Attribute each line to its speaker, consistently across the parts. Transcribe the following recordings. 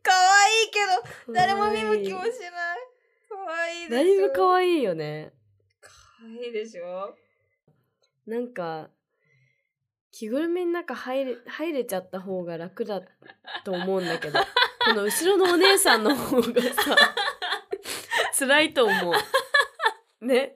Speaker 1: 可愛いけど、誰も見向きもしない。可愛いで
Speaker 2: だ
Speaker 1: し
Speaker 2: い
Speaker 1: ょ。
Speaker 2: ぶ可愛いよね。
Speaker 1: 可愛いでしょ
Speaker 2: なんか、着ぐるみの中入れ、入れちゃった方が楽だと思うんだ けど、この後ろのお姉さんの方がさ、辛いと思う。ね。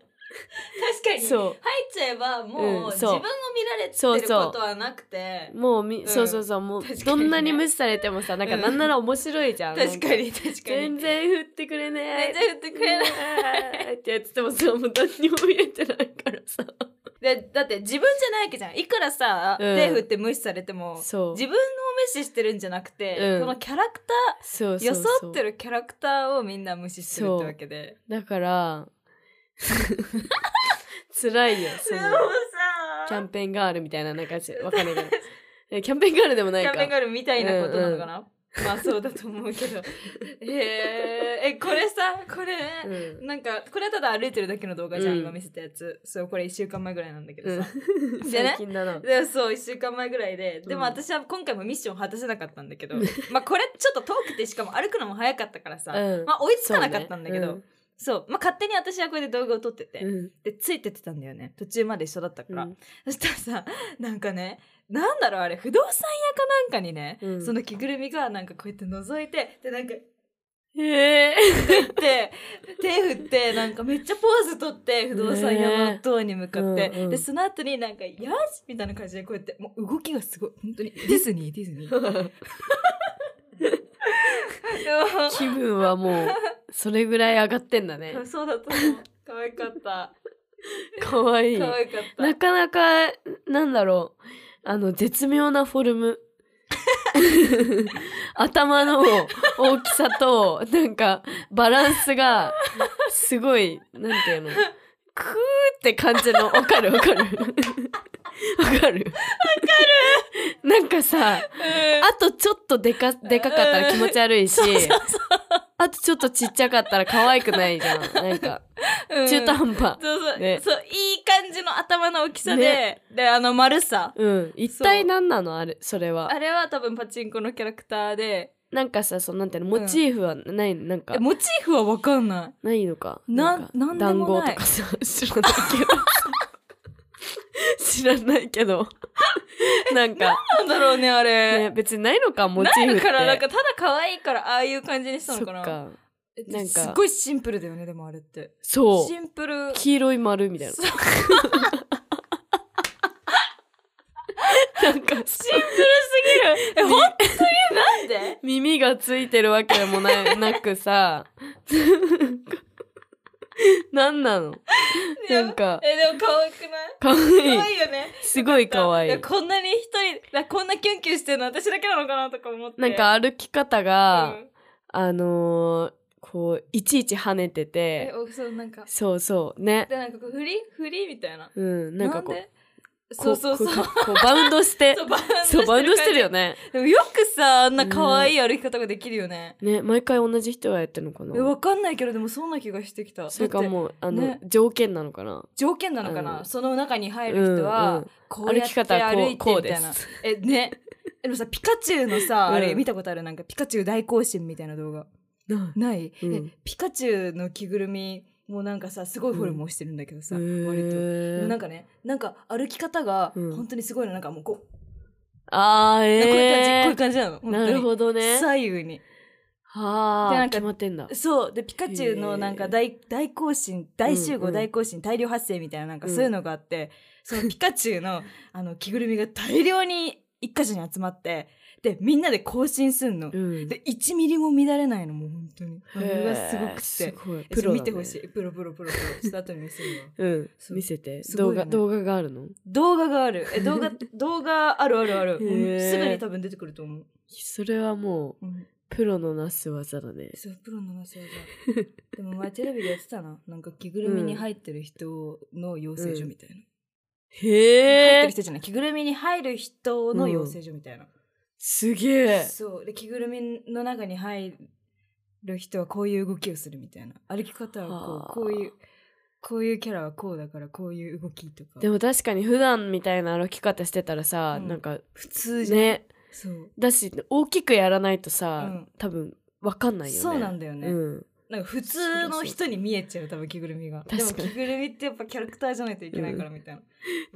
Speaker 1: 確かに。入っ
Speaker 2: そ
Speaker 1: ちゃえば、もう、
Speaker 2: うん
Speaker 1: 自
Speaker 2: そう
Speaker 1: 分を見られて
Speaker 2: そう
Speaker 1: る
Speaker 2: そう
Speaker 1: ことはなくて
Speaker 2: う。。もうみ、
Speaker 1: ん
Speaker 2: そうそうそう、もう、
Speaker 1: 確かにね
Speaker 2: どんなに無視されてもさ、なんか
Speaker 1: うん
Speaker 2: なんなら面白いじゃん。
Speaker 1: 確か
Speaker 2: なん。
Speaker 1: に、確か
Speaker 2: 全
Speaker 1: に。
Speaker 2: 然振ってくれね
Speaker 1: 全
Speaker 2: え。
Speaker 1: 然振ってくれない。
Speaker 2: い。ってやっててもさ、もう何にも見えてないからさ。
Speaker 1: でだって自分じゃないわけじゃんいくらさ、
Speaker 2: うん
Speaker 1: 手振って無視されても
Speaker 2: そう。
Speaker 1: 自分を無視してるんじゃなくて、
Speaker 2: うん
Speaker 1: このキャラク
Speaker 2: そう
Speaker 1: ター
Speaker 2: そうそ
Speaker 1: 装
Speaker 2: う。
Speaker 1: ってるキャラクターをみんな無視してるってわけで
Speaker 2: だ から、辛いよ、そ
Speaker 1: で
Speaker 2: の
Speaker 1: も、
Speaker 2: キャ
Speaker 1: さ
Speaker 2: ンペーンガールみたいな、なんかし、わかんないけど。えキャンペーンガールでもな
Speaker 1: キ
Speaker 2: い
Speaker 1: ャ
Speaker 2: か。
Speaker 1: ンペーンガールみたいなことなのかな、まあそうだと思う けどへええこれさこれ、
Speaker 2: うん
Speaker 1: なんかこれはただ歩いてるだけの動画じゃん、
Speaker 2: うん
Speaker 1: 今見せたやつそうこれ1週間前ぐらいなんだけど
Speaker 2: う
Speaker 1: さ、
Speaker 2: ん。
Speaker 1: でね
Speaker 2: 最近だな。
Speaker 1: でそう1週間前ぐらいででも
Speaker 2: うん
Speaker 1: 私は今回もミッション果たせなかったんだけど、まあこれちょっと遠くてしかも歩くのも早かったからさ、
Speaker 2: うん
Speaker 1: まあ追いつかなかったんだけどそう,、
Speaker 2: そうね
Speaker 1: まあ、勝手に私はこれで動画を撮ってて、
Speaker 2: うんうん
Speaker 1: でついてってたんだよね途中まで一緒だったから、
Speaker 2: うん
Speaker 1: そしたらさなんかねなんだろうあれ不動産屋かなんかにね、
Speaker 2: うん
Speaker 1: その着ぐるみがなんかこうやって覗いてでなんか
Speaker 2: へえ。
Speaker 1: って手振ってなんかめっちゃポーズ取って不動産屋のドアに向かって、
Speaker 2: ねえうんうん
Speaker 1: でその後になんか「よし!」みたいな感じでこうやってもう動きがすごい本当にディズニーディズニーでも
Speaker 2: 気分は もう、それぐらい上がってんだね。
Speaker 1: そうだと思う可愛かった
Speaker 2: かわいい。
Speaker 1: 可愛かった
Speaker 2: なかなか、なんだろう。あの、絶妙なフォル ム。頭の大きさと、なんか、バランスが、すごい、なんていうの、クーって感じの、わかるわかるわかるなんかさ、
Speaker 1: うん
Speaker 2: あとちょっとでか、でかかったら気持ち悪いし、あとちょっとちっちゃかったら可愛くないじゃん。なんか、
Speaker 1: うん
Speaker 2: 中途半端。
Speaker 1: そうそう,、
Speaker 2: ね
Speaker 1: そういい感じの頭の大きさで、
Speaker 2: ね
Speaker 1: であの丸さ
Speaker 2: うん。一体何なのあれ、それは。
Speaker 1: あれは多分パチンコのキャラクターで
Speaker 2: なんかさ、そのなんていうの、
Speaker 1: うん
Speaker 2: モチーフはない、なんか
Speaker 1: え、モチーフは分かんない
Speaker 2: ないのか。
Speaker 1: な
Speaker 2: か
Speaker 1: なんでもない
Speaker 2: 団子とかさ、 知らないけど。知らないけど。なんか、
Speaker 1: なんだろうねあれ、
Speaker 2: ね、別にないのか、モ
Speaker 1: な
Speaker 2: チ
Speaker 1: い
Speaker 2: ーフっ
Speaker 1: の
Speaker 2: て。
Speaker 1: からなんかただ可愛いからああいう感じにしたの
Speaker 2: そっ
Speaker 1: かな
Speaker 2: か。
Speaker 1: え
Speaker 2: なんか
Speaker 1: すっごいシンプルだよねでもあれって
Speaker 2: そ
Speaker 1: シ
Speaker 2: う。
Speaker 1: ンプル
Speaker 2: 黄色い丸みたいな
Speaker 1: そ。
Speaker 2: なんかさ、
Speaker 1: シンプルすぎるえ本当になんで
Speaker 2: 耳がついてるわけでもななくさ、なんなの なんか、
Speaker 1: えでも可愛くない
Speaker 2: かわ
Speaker 1: 可
Speaker 2: い
Speaker 1: 愛
Speaker 2: い。
Speaker 1: いよ ね
Speaker 2: すごいかわい
Speaker 1: や
Speaker 2: い。
Speaker 1: こんなに一人だこんなキュンキュンしてるの私だけなのかなとか思って
Speaker 2: なんか歩き方が、
Speaker 1: うん
Speaker 2: あのーこう、いちいち跳ねて
Speaker 1: え
Speaker 2: て、
Speaker 1: おそうなんか
Speaker 2: そうそう、ね。
Speaker 1: でなんかこうフリフリみたいな
Speaker 2: うん、なんかこう、
Speaker 1: でそうそうそう
Speaker 2: こここうバウンドして
Speaker 1: そ、うバウンドして
Speaker 2: そう、
Speaker 1: る
Speaker 2: バウンドしてる
Speaker 1: 感
Speaker 2: よね。
Speaker 1: じでもよくさあんな可愛い歩き方ができるよね
Speaker 2: ね、毎回同じ人がやってるのか
Speaker 1: え
Speaker 2: な
Speaker 1: わかんないけどでもそんな気がしてきた
Speaker 2: それ
Speaker 1: だっ
Speaker 2: か
Speaker 1: て
Speaker 2: もう、あの、
Speaker 1: ね
Speaker 2: 条件なのかな
Speaker 1: 条件なのかな、
Speaker 2: うん
Speaker 1: その中に入る人
Speaker 2: うんう
Speaker 1: は
Speaker 2: ん
Speaker 1: こうやって歩いてみたいな、
Speaker 2: 歩き方はこうこうです
Speaker 1: えねでもさピカチュウのさ、
Speaker 2: うん
Speaker 1: あれ見たことあるなんかピカチュウ大行進みたいな動画
Speaker 2: な
Speaker 1: ない、
Speaker 2: うん
Speaker 1: えピカチュウの着ぐるみもなんかさすごいフォルムをしてるんだけどさ、割と。でもなん
Speaker 2: 割と。
Speaker 1: かねなんか歩き方が
Speaker 2: うん
Speaker 1: 本当にすごいの、なんかもうこう、
Speaker 2: あー、
Speaker 1: こういう感じこう
Speaker 2: え
Speaker 1: いう感じなの
Speaker 2: ー。
Speaker 1: 本当に
Speaker 2: なるほどね。
Speaker 1: 左右に
Speaker 2: は
Speaker 1: で
Speaker 2: あ
Speaker 1: な
Speaker 2: ー、
Speaker 1: んか
Speaker 2: 決まってんだ。
Speaker 1: そうでピカチュウのなんか大大行進大集
Speaker 2: うんう
Speaker 1: 合
Speaker 2: ん
Speaker 1: 大行進大量発生みたいななんか
Speaker 2: うん
Speaker 1: そういうのがあって、そのピカチュウ のあの着ぐるみが大量に一箇所に集まってでみんなで行進すんの、
Speaker 2: うん。
Speaker 1: で1ミリも乱れないのもう本当にあ
Speaker 2: へ
Speaker 1: れ
Speaker 2: ー
Speaker 1: がすごくて
Speaker 2: すごい。
Speaker 1: えそれ見
Speaker 2: だ
Speaker 1: て
Speaker 2: ね
Speaker 1: ほし。いプロプロ プロプロちょっと後に見せるわ
Speaker 2: うん。
Speaker 1: そう
Speaker 2: 見せて。
Speaker 1: すご
Speaker 2: 動
Speaker 1: いよ
Speaker 2: 画、
Speaker 1: ね
Speaker 2: 動画があるの
Speaker 1: 動画があるえ動 画動画あるあるある、
Speaker 2: へー
Speaker 1: すぐに多分出てくると思う、
Speaker 2: それはもう、
Speaker 1: うん、
Speaker 2: プロのなす技だね。
Speaker 1: そうプロの話はじゃ でも前テレビでやってたななんか着ぐるみに入ってる人の養成所みたいな、入っ
Speaker 2: へ
Speaker 1: て
Speaker 2: え
Speaker 1: る。人じゃない着ぐるみに入る人の養成所みたいな、
Speaker 2: すげえ。
Speaker 1: そうで着ぐるみの中に入る人はこういう動きをするみたいな歩き方は
Speaker 2: はあ
Speaker 1: こうこういうこういうキャラはこうだからこういう動きとか
Speaker 2: でも確かに普段みたいな歩き方してたらさ、
Speaker 1: うん
Speaker 2: なんか
Speaker 1: 普通じゃん、
Speaker 2: ね
Speaker 1: そう
Speaker 2: だし大きくやらないとさ、
Speaker 1: うん
Speaker 2: 多分わかんないよね
Speaker 1: そうなんだよね、
Speaker 2: うん
Speaker 1: なんか普通の人に見えちゃう多分着ぐるみがで
Speaker 2: 確か
Speaker 1: も
Speaker 2: に
Speaker 1: 着ぐるみってやっぱキャラクターじゃないといけないからみたいな、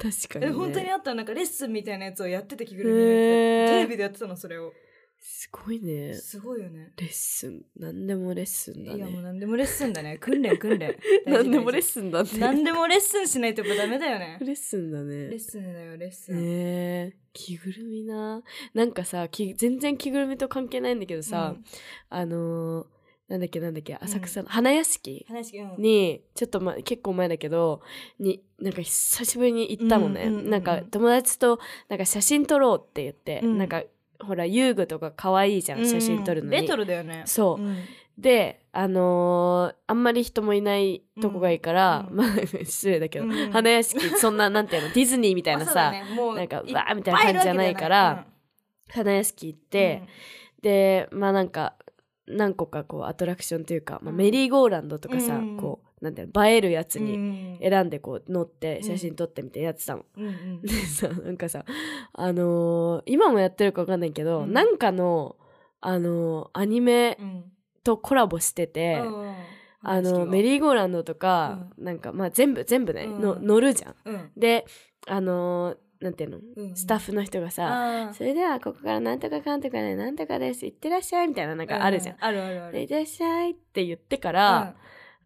Speaker 2: 確かに、
Speaker 1: え
Speaker 2: ね、
Speaker 1: 本当にあったのなんかレッスンみたいなやつをやってて着ぐるみのやつ
Speaker 2: へー
Speaker 1: テレビでやってたのそれを
Speaker 2: すごいね
Speaker 1: すごいよね
Speaker 2: レッスン何でもレッスンだ
Speaker 1: いや もう
Speaker 2: ね
Speaker 1: 何でもレッスンだね訓練訓練
Speaker 2: 何でもレッ
Speaker 1: ス
Speaker 2: スンだって
Speaker 1: 何でもレッスンしないとやっぱダメだよ ね
Speaker 2: レッスンだね
Speaker 1: レッスンだよレッスン、
Speaker 2: ねえ着ぐるみななんかさき全然着ぐるみと関係ないんだけどさ、
Speaker 1: うん
Speaker 2: あのーなんだっけなんだっけ浅草の花屋敷
Speaker 1: 話聞く
Speaker 2: にちょっと、ま、結構前だけどになんか久しぶりに行ったの
Speaker 1: う
Speaker 2: ね、
Speaker 1: んうんうんうん
Speaker 2: なんか友達となんか写真撮ろうって言って、
Speaker 1: うん
Speaker 2: なんかほら遊具とか可愛いじゃん、写真撮るのに。
Speaker 1: レトロだよね
Speaker 2: そう、
Speaker 1: ん
Speaker 2: であのーあんまり人もいないとこがいいから、
Speaker 1: うん
Speaker 2: まあ失礼だけど、
Speaker 1: うん
Speaker 2: 花屋敷そんななんていうのディズニーみたいな
Speaker 1: まあ そ
Speaker 2: さ、
Speaker 1: うだねもう
Speaker 2: なんか
Speaker 1: いっ
Speaker 2: わーみたい
Speaker 1: ぱ
Speaker 2: ない感じじゃないから、花屋敷行
Speaker 1: いる
Speaker 2: っ
Speaker 1: わけじゃない
Speaker 2: て、、でまあなんか何個かこうアトラクションというか、まあ、メリーゴーランドとかさ、
Speaker 1: うん
Speaker 2: こうなんていうの映えるやつ
Speaker 1: うん
Speaker 2: に選んでこう乗って写真撮ってみたいなやつだもん。
Speaker 1: うんうん
Speaker 2: でさなんかさあのー今もやってるか分かんないけど、
Speaker 1: うん
Speaker 2: なんかのあのーアニメ
Speaker 1: うん
Speaker 2: とコラボしてて。
Speaker 1: うん
Speaker 2: あのメリーゴーランドとか、なんかまあ全部全部ね、
Speaker 1: うん
Speaker 2: の乗るじゃん。
Speaker 1: うん
Speaker 2: であのーなんていうの、スタッフの人がさ、
Speaker 1: あ
Speaker 2: それではここからなんとかかんとかねなんとかです行ってらっしゃいみたいななん
Speaker 1: ー
Speaker 2: かあるじゃん。
Speaker 1: うあるあるある
Speaker 2: でいってらっしゃいって言ってから、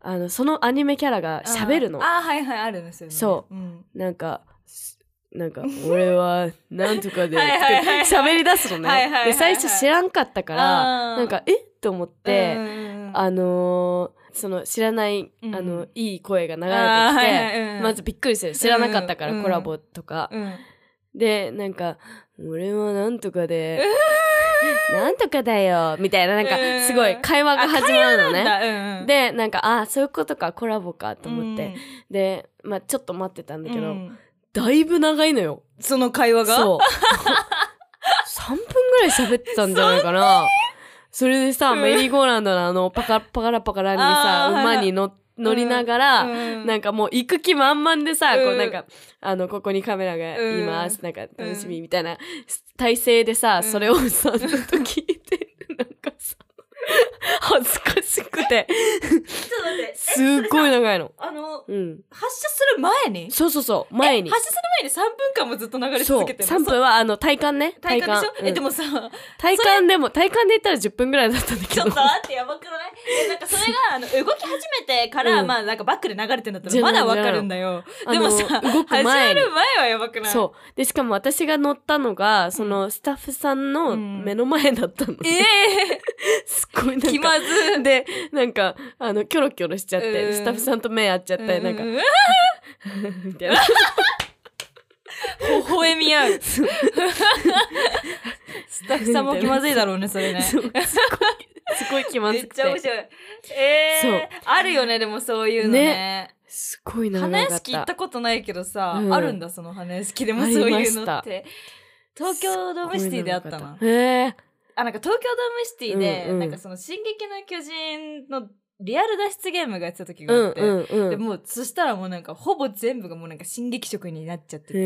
Speaker 2: あのそのアニメキャラが喋るの
Speaker 1: あーあーはいはいあるんですよね
Speaker 2: そ
Speaker 1: うん
Speaker 2: なんかすなんか俺はなんとかでっ
Speaker 1: はいはいはい
Speaker 2: て 喋り出すのね
Speaker 1: はいはいはいはい
Speaker 2: で最初知らんかったから
Speaker 1: あー
Speaker 2: なんかえっと思って、
Speaker 1: うん
Speaker 2: あのーその知らない、
Speaker 1: うん
Speaker 2: あのいい声が流れてきて、
Speaker 1: あーはいはいうん
Speaker 2: まずびっくりする知らなかったから、
Speaker 1: うん
Speaker 2: コラボとか、
Speaker 1: うん
Speaker 2: でなんか「俺はなんとかでなんとかだよ」みたいななんか
Speaker 1: うん
Speaker 2: すごい会話が始まる
Speaker 1: な
Speaker 2: の
Speaker 1: ん
Speaker 2: ね。
Speaker 1: だうんうん
Speaker 2: でなんかああそういうことかコラボかと思って、で、まあ、ちょっと待ってた
Speaker 1: う
Speaker 2: ん
Speaker 1: ん
Speaker 2: だけど、
Speaker 1: うん
Speaker 2: だいぶ長いのよ
Speaker 1: その会話が
Speaker 2: そう 3分ぐらい喋ってたんじゃないかなそれでさ、
Speaker 1: うん
Speaker 2: メリーゴーランドのあのパカパカラパカラに
Speaker 1: あ
Speaker 2: さ
Speaker 1: ーはいはい
Speaker 2: 馬に乗乗りながら、なんかもう行く気満々でさ、こ
Speaker 1: う
Speaker 2: うんなんか、あの、ここにカメラがいます、
Speaker 1: う
Speaker 2: なんか楽しみみたいな体勢でさ、
Speaker 1: うん
Speaker 2: それをさ、ずっと聞いてる、なんかさ、恥ずかしくて、
Speaker 1: ちょっと待って
Speaker 2: すっごい長いの。
Speaker 1: あの
Speaker 2: うん。
Speaker 1: 発射する前に
Speaker 2: そうそうそう、前に。
Speaker 1: 発射する前に3分間もずっと流れ
Speaker 2: そう、
Speaker 1: 続けてる
Speaker 2: 3分はあの体感ね。
Speaker 1: 体感でしょ、
Speaker 2: うん
Speaker 1: えで もさ
Speaker 2: 体感でも、体感で言ったら10分ぐらいだったんだけ
Speaker 1: ちょ
Speaker 2: ど
Speaker 1: っと。待ってやばくないえなんかそれがあの動き始めてから、
Speaker 2: うん
Speaker 1: まあなんかバックで流れてるんだった
Speaker 2: じゃ
Speaker 1: ら
Speaker 2: な
Speaker 1: ま
Speaker 2: い
Speaker 1: だわかるんだよ
Speaker 2: あ
Speaker 1: で
Speaker 2: の
Speaker 1: もさ
Speaker 2: 動く前
Speaker 1: 始
Speaker 2: に
Speaker 1: まる前はやばくない
Speaker 2: そう。で、しかも私が乗ったのが、そのスタッフさんの目の前だったのね、
Speaker 1: ええ
Speaker 2: すっごいなんか
Speaker 1: 気まずっ
Speaker 2: でなんかあのキョロキョロしちゃって、
Speaker 1: うん
Speaker 2: スタッフさんと目合っちゃっ て、なんか
Speaker 1: 微
Speaker 2: みたいな
Speaker 1: 笑み合う
Speaker 2: そう
Speaker 1: スタッフさんも気まずいだろうねそれね
Speaker 2: そうすごいすごい気ま
Speaker 1: め
Speaker 2: ず
Speaker 1: っ
Speaker 2: く
Speaker 1: ちゃ面
Speaker 2: て
Speaker 1: 白いええあるよねでもそういうのね
Speaker 2: すごい長
Speaker 1: 花
Speaker 2: かっ
Speaker 1: 屋
Speaker 2: た
Speaker 1: 敷行ったことないけどさ、
Speaker 2: うん
Speaker 1: あるんだその花屋敷でもそう
Speaker 2: ありま
Speaker 1: いう
Speaker 2: し
Speaker 1: の
Speaker 2: た
Speaker 1: って東京ドームシティであったな
Speaker 2: へえ
Speaker 1: あなんか東京ドームシティで、
Speaker 2: うんうん
Speaker 1: なんかその「進撃の巨人」のリアル脱出ゲームがやってた時が
Speaker 2: う
Speaker 1: あ
Speaker 2: ん
Speaker 1: って、
Speaker 2: うんう
Speaker 1: で
Speaker 2: ん
Speaker 1: もうそしたらもうなんかほぼ全部がもうなんか進撃色になっちゃって
Speaker 2: へ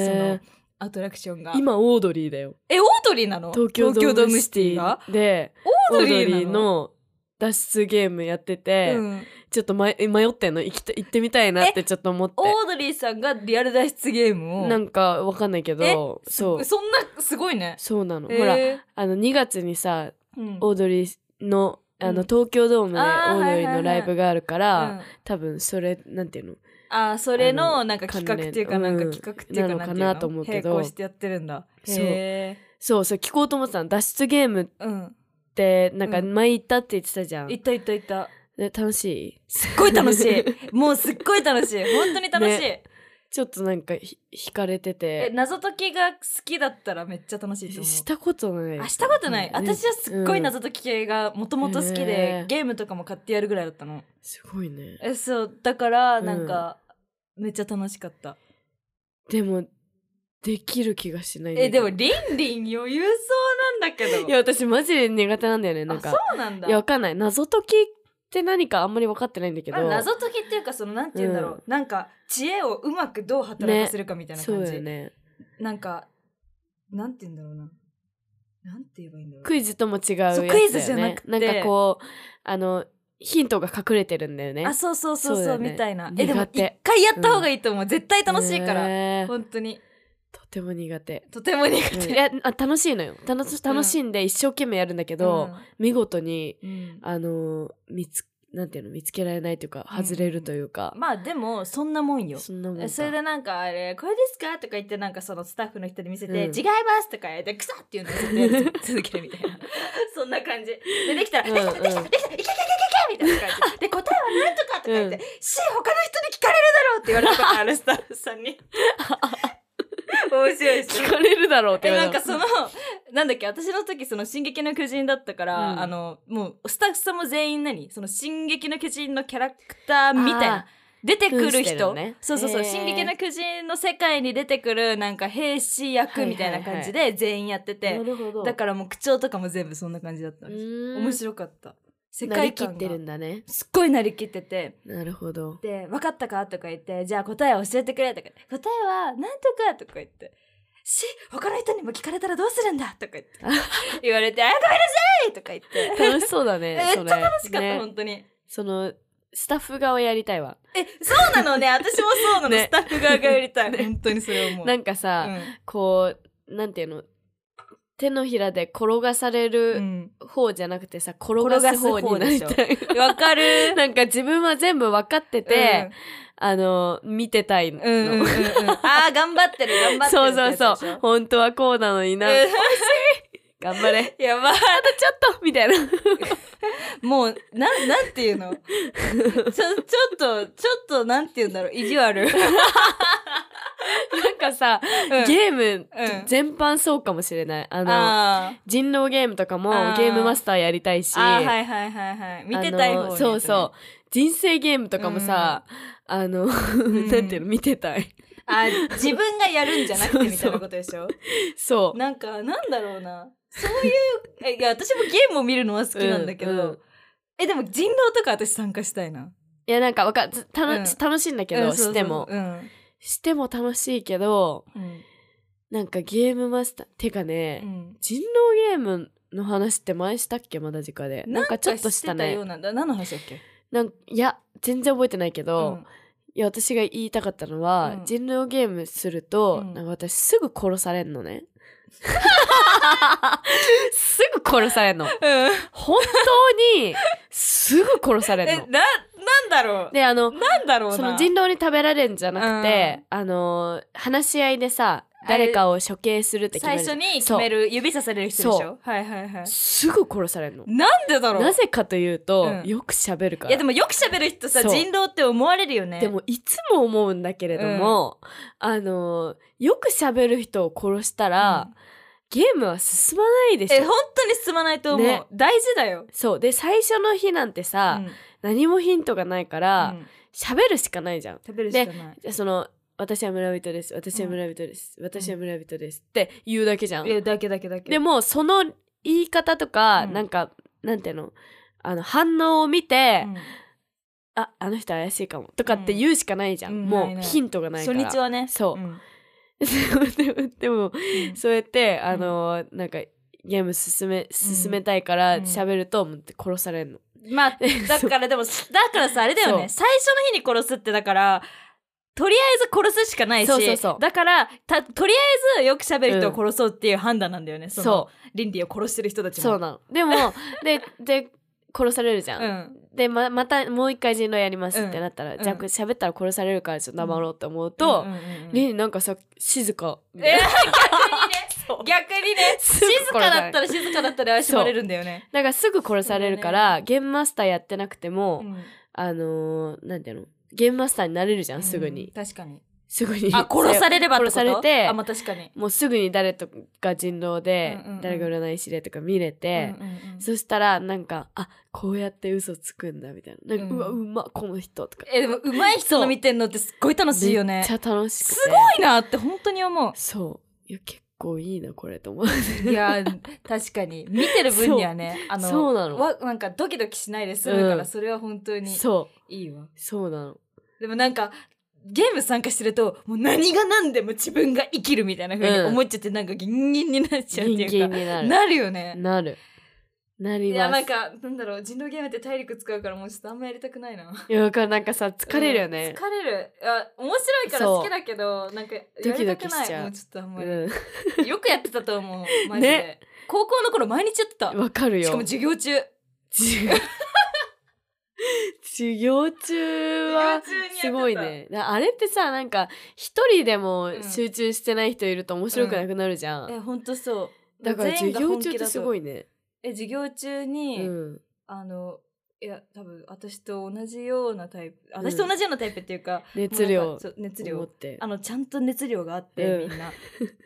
Speaker 1: て
Speaker 2: ー
Speaker 1: そのアトラクションが
Speaker 2: 今オードリーだよ
Speaker 1: えオードリーなの
Speaker 2: 東京ドームシティ
Speaker 1: が
Speaker 2: で
Speaker 1: オ
Speaker 2: オ
Speaker 1: ー
Speaker 2: ー
Speaker 1: ド
Speaker 2: ド
Speaker 1: リ
Speaker 2: リ
Speaker 1: ー
Speaker 2: ー
Speaker 1: なの
Speaker 2: の脱出ゲームやってて、
Speaker 1: うん
Speaker 2: ちょっと迷迷ってんの行きた行ってみたいなってちょっと思って
Speaker 1: オードリーさんがリアル脱出ゲームを
Speaker 2: なんかわかんないけ
Speaker 1: え
Speaker 2: どそう
Speaker 1: そんなすごいね、
Speaker 2: そうなの、
Speaker 1: えー
Speaker 2: ほらあの2月にさ
Speaker 1: うん
Speaker 2: オードリーのあ
Speaker 1: うん
Speaker 2: の東京ドームでオ
Speaker 1: あー
Speaker 2: ードリーのライブがあるから、
Speaker 1: うん
Speaker 2: 多分それなんていうの
Speaker 1: あーそれの
Speaker 2: あの
Speaker 1: なんか企画っていうか
Speaker 2: 関
Speaker 1: な
Speaker 2: 連
Speaker 1: んか企画っていうか
Speaker 2: う
Speaker 1: なん
Speaker 2: ん
Speaker 1: ていう
Speaker 2: なのかなと思うけど
Speaker 1: 並行してやってるんだ
Speaker 2: そう
Speaker 1: へ
Speaker 2: そうそう聞こうと思ってたの脱出ゲームっ
Speaker 1: ーうん
Speaker 2: てなんか
Speaker 1: うん
Speaker 2: 前行ったって言ってたじゃん、
Speaker 1: 行った行った行った
Speaker 2: で楽しい
Speaker 1: すっごい楽しいもうすっごい楽しい本当に楽しい、
Speaker 2: ねちょっとなんかひ惹かれて
Speaker 1: え
Speaker 2: て
Speaker 1: 謎解きが好きだったらめっちゃ楽しいと思う
Speaker 2: したことない
Speaker 1: あしたことない、
Speaker 2: ね
Speaker 1: 私はすっごい
Speaker 2: うん
Speaker 1: 謎解き系がもともと好きで、
Speaker 2: へー
Speaker 1: ゲームとかも買ってやるぐらいだったの
Speaker 2: すごいね
Speaker 1: えそうだからなんか、めっちゃ楽しかった
Speaker 2: でもできる気がしないんだ
Speaker 1: え
Speaker 2: け
Speaker 1: で
Speaker 2: ど
Speaker 1: もりんりん余裕そうなんだけど
Speaker 2: いや私マジで苦手なんだよねなん
Speaker 1: あ
Speaker 2: か
Speaker 1: そうなんだ
Speaker 2: いやわかんない謎解きって何かあんまり分かってないんだけど
Speaker 1: まあ、謎解きっていうかそのなんて言うんだろう、
Speaker 2: うん
Speaker 1: なんか知恵をうまくどう働かせるかみたいな
Speaker 2: そ
Speaker 1: 感
Speaker 2: う
Speaker 1: じ、
Speaker 2: だよね
Speaker 1: なんかなんて言うんだろうななんて言えばいいんだろう。
Speaker 2: クイズとも違うやつだよ、
Speaker 1: そう
Speaker 2: ね、
Speaker 1: クイズじゃなくて
Speaker 2: なんかこうあのヒントが隠れてるんだよね
Speaker 1: あ、そうそうそうそう
Speaker 2: そうだよね
Speaker 1: みたいな。え、でも
Speaker 2: 苦手
Speaker 1: 一回やった方がいいと思う。絶対楽しいから。
Speaker 2: ねえ
Speaker 1: 本当に。
Speaker 2: とても苦手
Speaker 1: とても苦
Speaker 2: うんい
Speaker 1: 手。
Speaker 2: やあ楽しいのよ楽し楽しんで一生懸命やるんだけど、見事に
Speaker 1: うん、うん
Speaker 2: あの見つなんていうの見つけられないというか
Speaker 1: うん
Speaker 2: 外れるというか、
Speaker 1: まあでもそんなもんよ。
Speaker 2: そんなもん
Speaker 1: え
Speaker 2: か
Speaker 1: それでなんかあれこれですかとか言ってなんかそのスタッフの人に見せて、
Speaker 2: うん
Speaker 1: 違いますとか言ってくさっていうのをずっとやり続けるみたいなそんな感じでできたら、
Speaker 2: うん
Speaker 1: できたできたできたいけいけいけいけいけみたいな感じで答えはなんとかとか言って、
Speaker 2: うん
Speaker 1: し他の人に聞かれるだろうって言われたことあるスタッフさんに面白いです
Speaker 2: 聞かれるだろうって
Speaker 1: え
Speaker 2: 言 わ
Speaker 1: な
Speaker 2: れ
Speaker 1: ん
Speaker 2: た
Speaker 1: かそのなんだっけ私の時その「進撃の巨人」だったから、
Speaker 2: うん
Speaker 1: あのもうスタッフさんも全員何その「進撃の巨人」のキャラクターみたいな
Speaker 2: あー
Speaker 1: 出てくる
Speaker 2: 扮してるの
Speaker 1: 人
Speaker 2: ね
Speaker 1: そうそうそう「
Speaker 2: へー
Speaker 1: 進撃の巨人」の世界に出てくるなんか兵士役みたいな感じで全員やってて、
Speaker 2: なるほど
Speaker 1: だからもう口調とかも全部そんな感じだったんです面
Speaker 2: 面
Speaker 1: 白かった世
Speaker 2: いな
Speaker 1: 界
Speaker 2: りきっ
Speaker 1: 観
Speaker 2: て
Speaker 1: が
Speaker 2: るんだね
Speaker 1: すっごいなりきってて
Speaker 2: なるほ ど
Speaker 1: で「分かったか?」とか言って「じゃあ答えを教えてくれ」とか「答えはなんとか」とか言って「し他の人にも聞かれたらどうするんだ」とか 言って言われて「あごめんなさい!」とか言って
Speaker 2: 楽しそうだ ね
Speaker 1: めっちゃ
Speaker 2: それ
Speaker 1: 楽しかった、
Speaker 2: ね
Speaker 1: 本当に。
Speaker 2: そのスタッフ側やりたいわ
Speaker 1: えそうなのね私もそうなの、ス
Speaker 2: ね
Speaker 1: タッフ側がやりたい、
Speaker 2: ね
Speaker 1: 本当にそれ思う
Speaker 2: なんかさ、こうなんていうの手のひらで転がされ
Speaker 1: う
Speaker 2: る
Speaker 1: ん
Speaker 2: 方じゃなくてさ、転がす方になりたい
Speaker 1: わ、かる
Speaker 2: なんか自分は全部分かってて、あの見てたいの、
Speaker 1: うん、うんうんうん うんああ頑張ってる頑張って
Speaker 2: そう
Speaker 1: る
Speaker 2: そうそう
Speaker 1: そう
Speaker 2: 本当はこうなのにな、頑張 れ
Speaker 1: やばい
Speaker 2: あとちょっとみたいな
Speaker 1: もうなんなんていう のちょちょっとちょっとなんていうんだろう意地 悪、
Speaker 2: なんかさ、
Speaker 1: うん
Speaker 2: ゲーム、
Speaker 1: うん
Speaker 2: 全般そうかもしれないあの
Speaker 1: あー
Speaker 2: 人狼ゲームとかも
Speaker 1: あー
Speaker 2: ゲームマスターやりたいし
Speaker 1: あーはいはいはいはい見てたい
Speaker 2: あ
Speaker 1: 方
Speaker 2: の
Speaker 1: ね
Speaker 2: そうそう人生ゲームとかもさ、あの
Speaker 1: ん
Speaker 2: なんていうの見てたい
Speaker 1: あー自分がやるんじゃなくてみたいなことでしょ
Speaker 2: そう
Speaker 1: なんかなんだろうなそういうえいや私もゲームを見るのは好きなんだけど、
Speaker 2: ううん
Speaker 1: えでも人狼とか私参加したいない
Speaker 2: やなんかわかつたの
Speaker 1: うん
Speaker 2: 楽しいんだけど、
Speaker 1: うんそうそう
Speaker 2: しても、
Speaker 1: うん
Speaker 2: しても楽しいけど
Speaker 1: うん
Speaker 2: なんかゲームマスターてかね、
Speaker 1: うん
Speaker 2: 人狼ゲームの話って前したっけまだ直でなんかちょっとし
Speaker 1: な
Speaker 2: た
Speaker 1: んかてよう
Speaker 2: ね
Speaker 1: なんだ何の話だっけ
Speaker 2: なんいや全然覚えてないけど、
Speaker 1: うん
Speaker 2: いや私が言いたかったのは、
Speaker 1: うん
Speaker 2: 人狼ゲームすると、
Speaker 1: うん
Speaker 2: なんか私すぐ殺されんのね すぐ殺されんの本当にすぐ殺され
Speaker 1: え
Speaker 2: ん
Speaker 1: な
Speaker 2: の
Speaker 1: なんだろう
Speaker 2: であの
Speaker 1: なんだろうな
Speaker 2: その人狼に食べられんじゃなくて、あの話し合いでさ
Speaker 1: あれ
Speaker 2: 誰かを処刑するって決め
Speaker 1: 最
Speaker 2: る
Speaker 1: 初に決める指さされる人でし
Speaker 2: そ
Speaker 1: ょはいはいはい
Speaker 2: すぐ殺されるの
Speaker 1: なんでだろう
Speaker 2: なぜかというと、
Speaker 1: うん
Speaker 2: よく喋るか
Speaker 1: い
Speaker 2: ら
Speaker 1: やでもよく喋る人さ
Speaker 2: そう
Speaker 1: 人狼って思われるよね
Speaker 2: でもいつも思うんだけれども、あのよく喋る人を殺したら、ゲームは進まないでし
Speaker 1: え
Speaker 2: ょ
Speaker 1: 本当に進まないと思う、
Speaker 2: ね
Speaker 1: 大事だよ、
Speaker 2: そうで最初の日なんてさ、
Speaker 1: うん
Speaker 2: 何もヒントがないか
Speaker 1: う
Speaker 2: ら
Speaker 1: ん
Speaker 2: 喋、るしかないじゃん
Speaker 1: 食べるしかない
Speaker 2: じゃあその私は村人です私は村人です、私は村人ですって言うだけじゃん、
Speaker 1: いやだけだけだけ
Speaker 2: でもその言い方とか、
Speaker 1: うん
Speaker 2: なんかなんていうのあの反応を見て、
Speaker 1: うん
Speaker 2: ああの人怪しいかもとかって言うしかないじゃん、
Speaker 1: うんな
Speaker 2: も
Speaker 1: いうない
Speaker 2: ヒントがないか
Speaker 1: 初
Speaker 2: ら
Speaker 1: 日はね
Speaker 2: そう
Speaker 1: うん
Speaker 2: でもでも
Speaker 1: うん
Speaker 2: そうやってあの、なんかゲーム進め進めたいから
Speaker 1: うん
Speaker 2: 喋るともう殺されんの、
Speaker 1: まあ だからでもだからさあれだよね最初の日に殺すってだからとりあえず殺すしかないし
Speaker 2: そうそうそう
Speaker 1: だからたとりあえずよく喋る人を殺そうっていう判断なんだよね、の
Speaker 2: そ
Speaker 1: 倫理を殺してる人た
Speaker 2: う
Speaker 1: ちも
Speaker 2: そうなのでもでで殺されるじゃん、
Speaker 1: うん
Speaker 2: でままたもう一回人狼やります
Speaker 1: うん
Speaker 2: ってなったら、
Speaker 1: うん
Speaker 2: じゃあこれ喋ったら殺されるからちょっと黙ろうと思うと、
Speaker 1: うんうんうんうん
Speaker 2: リンなんかさ静かみた
Speaker 1: え
Speaker 2: い
Speaker 1: ー
Speaker 2: な
Speaker 1: 逆にね逆にね
Speaker 2: すぐ
Speaker 1: 静かだったら静かだったら怪しまれるんだよね。
Speaker 2: だからすぐ殺されるから、ゲームマスターやってなくても、あのー、なんていうのゲームマスターになれるじゃんすぐに、
Speaker 1: うん確かに。
Speaker 2: すぐに
Speaker 1: あ殺されればってこと
Speaker 2: 殺されて
Speaker 1: あまあ確かに。
Speaker 2: もうすぐに誰とか人狼で、
Speaker 1: うんうんうん
Speaker 2: 誰が占い師でとか見れて
Speaker 1: う、んうんうん
Speaker 2: そしたらなんかあこうやって嘘つくんだみたいななんか、う
Speaker 1: うん
Speaker 2: わうまこの人とか
Speaker 1: えでも上手い人の見てんのってすっごい楽しいよね。
Speaker 2: めっち
Speaker 1: す
Speaker 2: ゃ楽しくて。
Speaker 1: すごいなって本当に思う
Speaker 2: そういや結構いいなこれと思う
Speaker 1: いや確かに見てる分にはねあの
Speaker 2: そうなの
Speaker 1: わなんかドキドキしないで済むか
Speaker 2: う
Speaker 1: ら
Speaker 2: ん
Speaker 1: それは本当に
Speaker 2: そう
Speaker 1: いいわ。
Speaker 2: そうなの
Speaker 1: でもなんかゲーム参加してるともう何が何でも自分が生きるみたいな風に
Speaker 2: うん
Speaker 1: 思っちゃってなんかギンギンになっちゃうって
Speaker 2: 人
Speaker 1: い
Speaker 2: 間
Speaker 1: うか、
Speaker 2: になる。
Speaker 1: なるよね。
Speaker 2: なる。なり
Speaker 1: いやな
Speaker 2: ます。
Speaker 1: んかなんだろう人狼ゲームって体力使うからもうちょっとあんまやりたくないな。
Speaker 2: いや、わかるなんかさ、疲れるよね
Speaker 1: うん。疲れるいや面白いから
Speaker 2: そう
Speaker 1: 好きだけどなんかやりたくない
Speaker 2: ドキドキしちゃう
Speaker 1: もうちょっとあんまり、
Speaker 2: う
Speaker 1: よくやってたと思うマジで、
Speaker 2: ね
Speaker 1: 高校の頃毎日やってた
Speaker 2: ん。わかる
Speaker 1: しかも
Speaker 2: よ。
Speaker 1: 授業中
Speaker 2: 授業中は、
Speaker 1: 授業中にやってた
Speaker 2: すごいね。だあれってさ、なんか、一人でも
Speaker 1: うん
Speaker 2: 集中してない人いると面白くなくなるじゃ ん。
Speaker 1: え本当そう
Speaker 2: だから、授業中ってすご
Speaker 1: い
Speaker 2: いね。
Speaker 1: え授業中
Speaker 2: う
Speaker 1: に、
Speaker 2: ん。
Speaker 1: あのいや多分私と同じようなタイプ私と同じようなタイプっていうか、
Speaker 2: 熱
Speaker 1: もうな
Speaker 2: 量
Speaker 1: んか。そう熱
Speaker 2: 持
Speaker 1: 量
Speaker 2: って。
Speaker 1: あのちゃんと熱量があって、
Speaker 2: うん
Speaker 1: みんな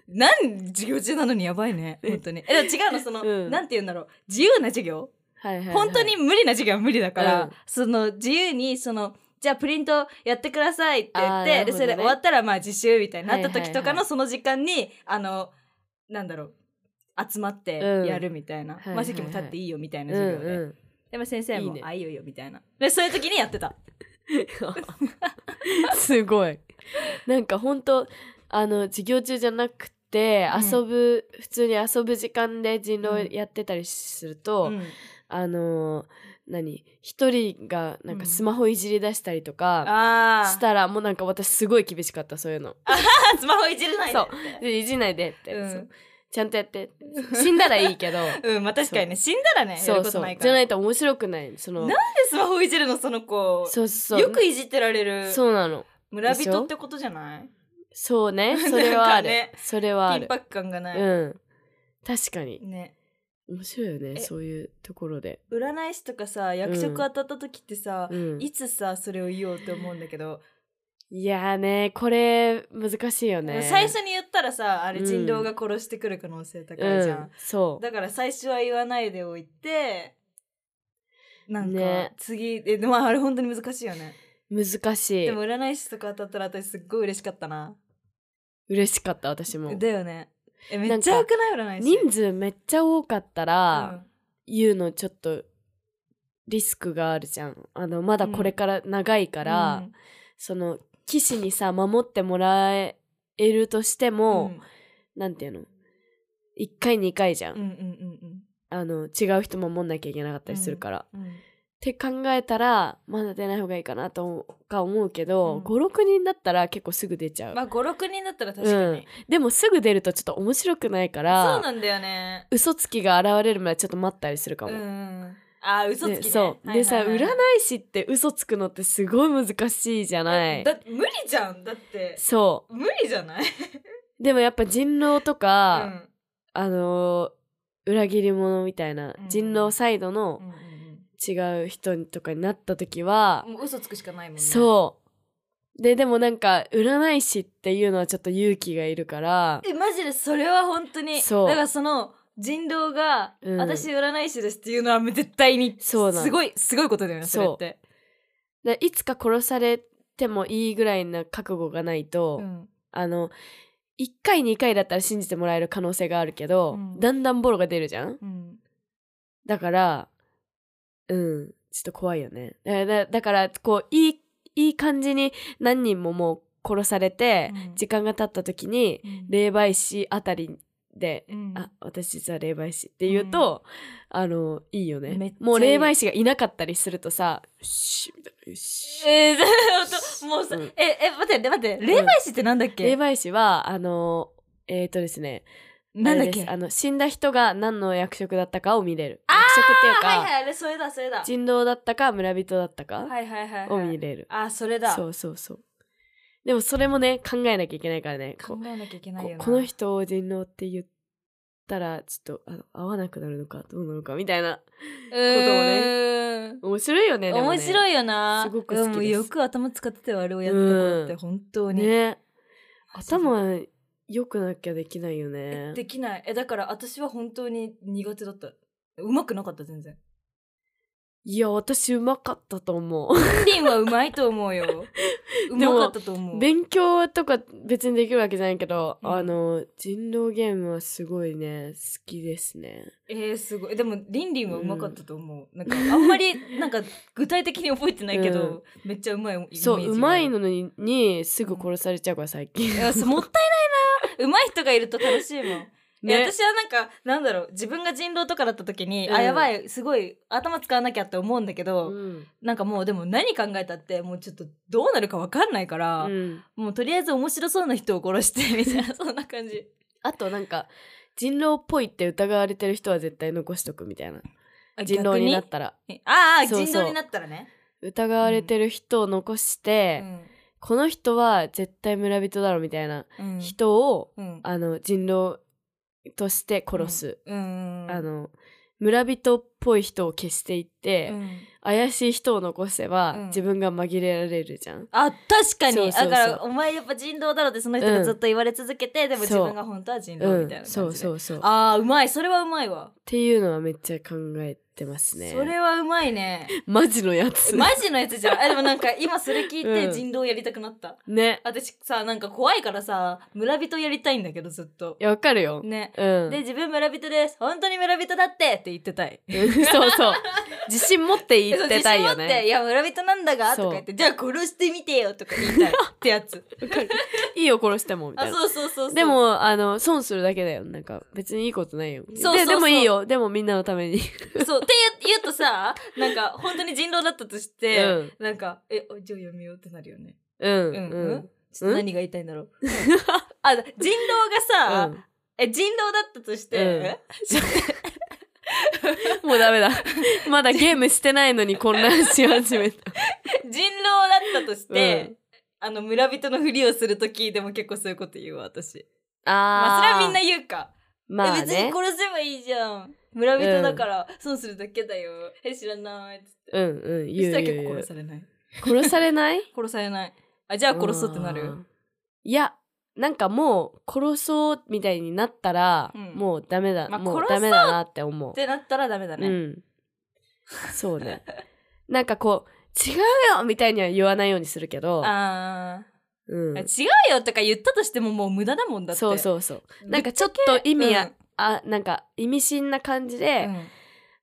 Speaker 1: なん授業中なのにやばいね本当にえでも違うのその、
Speaker 2: うん
Speaker 1: なんて言うんだろう自由な授業
Speaker 2: はいはいはい。
Speaker 1: 本当に無理な授業は無理だから、
Speaker 2: うん
Speaker 1: その自由にそのじゃあプリントやってくださいって言
Speaker 2: あ
Speaker 1: っ
Speaker 2: ー
Speaker 1: て、
Speaker 2: なるほど
Speaker 1: で
Speaker 2: ね
Speaker 1: それで終わったらまあ自習みたいになった
Speaker 2: はいはいは
Speaker 1: 時
Speaker 2: い
Speaker 1: とかのその時間に、あのなんだろう集まって
Speaker 2: うん
Speaker 1: やるみたいな、
Speaker 2: いはいはい
Speaker 1: まあ席も立っていいよみたいな
Speaker 2: うん
Speaker 1: 授業で、
Speaker 2: うん。
Speaker 1: でも先生も
Speaker 2: いいね
Speaker 1: あいいよいいよみたいなでそういう時にやってた
Speaker 2: すごい。なんか本当あの授業中じゃなくて
Speaker 1: うん
Speaker 2: 遊ぶ、普通に遊ぶ時間で人
Speaker 1: うん
Speaker 2: 狼やってたりすると、
Speaker 1: うん
Speaker 2: あの何一人がな
Speaker 1: う
Speaker 2: ん
Speaker 1: ん
Speaker 2: かスマホいじり出したりとか
Speaker 1: あー
Speaker 2: したら、もうなんか私すごい厳しかったそういうの。
Speaker 1: スマホいじれないで
Speaker 2: そうでいじんないでって、
Speaker 1: うん
Speaker 2: そうちゃんとやって死んだらいいけど
Speaker 1: うんまあ確かにね死んだらねや
Speaker 2: そ
Speaker 1: る
Speaker 2: う
Speaker 1: こと
Speaker 2: そう
Speaker 1: ないか
Speaker 2: じゃ
Speaker 1: ら
Speaker 2: な
Speaker 1: なんで
Speaker 2: いと面白くないその
Speaker 1: なスマホいじるのその子
Speaker 2: そうそう
Speaker 1: よくいじってられる
Speaker 2: そうなの
Speaker 1: 村
Speaker 2: でしょ
Speaker 1: 人ってことじゃない
Speaker 2: そうね それはある、
Speaker 1: なんかね
Speaker 2: それはあ
Speaker 1: 緊
Speaker 2: る
Speaker 1: 迫感がない、
Speaker 2: うん確かに
Speaker 1: ね
Speaker 2: 面白いよね
Speaker 1: え
Speaker 2: そういうところで、
Speaker 1: 占い師とかさ役職当たった時ってさ、
Speaker 2: うん、
Speaker 1: いつさそれを言おうと思うんだけど、
Speaker 2: いやーねこれ難しいよね
Speaker 1: 最初に言ったらさあれ
Speaker 2: うん
Speaker 1: 人狼が殺してくる可能性高いじゃ
Speaker 2: うんん、、そう
Speaker 1: だから最初は言わないでおいてなんか、
Speaker 2: ね
Speaker 1: 次えでもあれ本当に難しいよね
Speaker 2: 難しい
Speaker 1: でも占い師とか当たったら私すっごい嬉しかったな
Speaker 2: 嬉しかった私も
Speaker 1: だよねえめっちゃ良くない占い師
Speaker 2: 人数めっちゃ多かったら、言うのちょっとリスクがあるじゃんあのまだこれから長いか、
Speaker 1: から
Speaker 2: その騎士にさ守ってもらえるとしても、なんていうの1回2回じゃん、
Speaker 1: うんうんうん
Speaker 2: あの違う人守んなきゃいけなかったりするから、
Speaker 1: うんうん
Speaker 2: って考えたらまだ出ない方がいいかなとか思うけ
Speaker 1: うん
Speaker 2: ど、56人だったら結構すぐ出ちゃう、
Speaker 1: まあ56人だったら確かに、
Speaker 2: うんでもすぐ出るとちょっと面白くないから
Speaker 1: そうなんだよね
Speaker 2: 嘘つきが現れるまでちょっと待ったりするかも、
Speaker 1: うん、あー嘘つき、ね
Speaker 2: でそうでさ、占い師って嘘つくのってすごい難しいじゃない
Speaker 1: だ無理じゃんだって
Speaker 2: そ
Speaker 1: 無理じゃないう
Speaker 2: でもやっぱ人狼と
Speaker 1: う
Speaker 2: か、
Speaker 1: ん
Speaker 2: あのー裏切り者みたいな、
Speaker 1: うん
Speaker 2: 人狼サイドの
Speaker 1: うん
Speaker 2: 違う人とかになった時は
Speaker 1: うん、もう嘘つくしかないもんね
Speaker 2: そう。で、でもなんか、占い師っていうのはちょっと勇気がいるから、
Speaker 1: えマジでそれは本当に
Speaker 2: そう
Speaker 1: だからその人狼が、
Speaker 2: うん
Speaker 1: 私占い師ですっていうのはもう絶対に
Speaker 2: そうなの
Speaker 1: すごいすごいことだよねそ
Speaker 2: そう
Speaker 1: れって
Speaker 2: だいつか殺されてもいいぐらいな覚悟がないと、
Speaker 1: ん
Speaker 2: あの、1回2回だったら信じてもらえる可能性があるけど、
Speaker 1: うん
Speaker 2: だんだんボロが出るじゃん
Speaker 1: うん
Speaker 2: だから、うん、ちょっと怖いよね。だだだから、こう、いい、いい感じに何人ももう殺されて、
Speaker 1: うん
Speaker 2: 時間が経った時に、霊媒師あたりで
Speaker 1: うん
Speaker 2: あ私実は霊媒師って言うと、あのいいよね
Speaker 1: めっちゃいい
Speaker 2: もう霊媒師がいなかったりするとさ「よし」みたいな「よし
Speaker 1: えー、 ほんともうさ、
Speaker 2: うん
Speaker 1: ええ待って待って霊媒師ってなんだっ」け、
Speaker 2: 霊媒師はあのえっ、ー、とですね
Speaker 1: なんだっ
Speaker 2: あれで
Speaker 1: け
Speaker 2: すあの死んだ人が何の役職だったかを見れる役職っていう
Speaker 1: あ
Speaker 2: か、
Speaker 1: はいはいあれそれだそれだ
Speaker 2: 人狼だったか村人だったか
Speaker 1: はいはいはい、
Speaker 2: を
Speaker 1: はい、
Speaker 2: 見れる、
Speaker 1: あそれだ
Speaker 2: そうそうそうでもそれもね考えなきゃいけないからねこ
Speaker 1: 考えなきゃいけないよ
Speaker 2: こ
Speaker 1: な
Speaker 2: この人を人狼って言ったらちょっとあの合わなくなるのかどうなのかみたいな
Speaker 1: うーん
Speaker 2: 面白いよねでもね
Speaker 1: 面白いよな
Speaker 2: すごく好きです
Speaker 1: もよく頭使ってたよあれをやった頃って
Speaker 2: うん
Speaker 1: 本当に、
Speaker 2: ね
Speaker 1: マジで
Speaker 2: 頭良くなきゃできないよね
Speaker 1: できないえだから私は本当に苦手だったうまくなかった全然
Speaker 2: いや私うまかったと思う
Speaker 1: リンはうまいと思うよ。うまかったと思う。
Speaker 2: 勉強とか別にできるわけじゃないけど、
Speaker 1: うん
Speaker 2: あの人狼ゲームはすごいね好きですね
Speaker 1: えー、すごい。でも、リンリンはうまかったと思う。なんか、あんまり、なんか、具体的に覚えてないけど、めっちゃうまいイメージが
Speaker 2: そ
Speaker 1: ある
Speaker 2: ううまいのににすぐ殺されちゃうから最近
Speaker 1: いやそうもったいないな。うまい人がいると楽しいもん。い や私はなんかなんだろう自分が人狼とかだった時に、
Speaker 2: う
Speaker 1: あ
Speaker 2: ん
Speaker 1: やばいすごい頭使わなきゃって思うんだけど、
Speaker 2: うん
Speaker 1: なんかもうでも何考えたってもうちょっとどうなるかわかんないから、
Speaker 2: うん
Speaker 1: もうとりあえず面白そうな人を殺してみたいなそんな感じ
Speaker 2: あとなんか人狼っぽいって疑われてる人は絶対残しとくみたいな
Speaker 1: あ
Speaker 2: 人
Speaker 1: 逆
Speaker 2: 狼になったら
Speaker 1: えああ
Speaker 2: そうそう
Speaker 1: 人狼になったらね、
Speaker 2: 疑われてる人を残して、この人は絶対村人だろみたいな
Speaker 1: うんうん
Speaker 2: 人を、
Speaker 1: うん
Speaker 2: あの人狼として殺す、
Speaker 1: うん
Speaker 2: あの村人っぽい人を消していって、
Speaker 1: うん
Speaker 2: 怪しい人を残せば、
Speaker 1: うん
Speaker 2: 自分が紛れられるじゃん
Speaker 1: あ確かに
Speaker 2: そうそうそう
Speaker 1: だからお前やっぱ人狼だろってその人がずっと言われ続けて、でも自分が本当は人
Speaker 2: う
Speaker 1: 狼みたいな感じで、
Speaker 2: んそうそうそうっ
Speaker 1: ああうまいそれはうまいわ、
Speaker 2: ていうのはめっちゃ考えてますね
Speaker 1: それはうまい ね
Speaker 2: マジのやつ
Speaker 1: マジのやつじゃんあでもなんか今それ聞い
Speaker 2: うん
Speaker 1: て人狼やりたくなった、
Speaker 2: ね
Speaker 1: 私さなんか怖いからさ村人やりたいんだけどずっと
Speaker 2: いやわかるよ、
Speaker 1: ね
Speaker 2: うん
Speaker 1: で自分村人です本当に村人だってって言ってたい
Speaker 2: うん そうそう。自信持って言ってたいよ
Speaker 1: そう自信持ってい
Speaker 2: ね。
Speaker 1: や村人なんだが
Speaker 2: そう
Speaker 1: とか言ってじゃあ殺してみてよとか言いたいって やつ
Speaker 2: いいよ、殺しても、みた
Speaker 1: あ
Speaker 2: いな。
Speaker 1: そうそうそうそう
Speaker 2: でも、あの、損するだけだよ。なんか、別にいいことないよ。
Speaker 1: そうそうそう
Speaker 2: で、でもいいよ。でもみんなのため に。
Speaker 1: そうって言う言うとさなんか本当に人狼だったとし
Speaker 2: う
Speaker 1: て、
Speaker 2: ん。
Speaker 1: なんかえじゃあやめようってなるよね
Speaker 2: うん。
Speaker 1: うん
Speaker 2: う
Speaker 1: うんん。ちょっと何が言いたいんだろ うあ人狼がさ、
Speaker 2: うん
Speaker 1: え人狼だったとして、
Speaker 2: うん
Speaker 1: え
Speaker 2: もうダメだ。 まだゲームしてないのに混乱し始め た。
Speaker 1: 人狼だったとして、
Speaker 2: うん
Speaker 1: あの村人のふりをする時でも結構そういうこと言うわ私まあ
Speaker 2: あ
Speaker 1: そ
Speaker 2: ー
Speaker 1: れはみんな言うか、
Speaker 2: まあ
Speaker 1: え別に
Speaker 2: ね。
Speaker 1: 殺せばいいじゃん村人だから損するだけだよ、え知らない
Speaker 2: うんうん。
Speaker 1: そし
Speaker 2: 言う
Speaker 1: たら
Speaker 2: 言
Speaker 1: 結
Speaker 2: う
Speaker 1: 構
Speaker 2: 言
Speaker 1: 殺
Speaker 2: う。
Speaker 1: されない
Speaker 2: 殺されない
Speaker 1: 殺されないあじゃあ殺そうってなる
Speaker 2: んいや、なんかもう、殺そうみたいになったら、
Speaker 1: うん
Speaker 2: もうダメだ。
Speaker 1: まあ
Speaker 2: もうダメだなって思う
Speaker 1: っ。てなったらダメだね、
Speaker 2: うん。そう ね。なんかこう、違うよみたいには言わないようにするけど、
Speaker 1: あー、
Speaker 2: うん
Speaker 1: あ違うよとか言ったとしてももう無駄だもんだって
Speaker 2: そう
Speaker 1: う
Speaker 2: そうそう。なんかちょっと意味や、あ、なんか意味深な感じ
Speaker 1: うん
Speaker 2: で、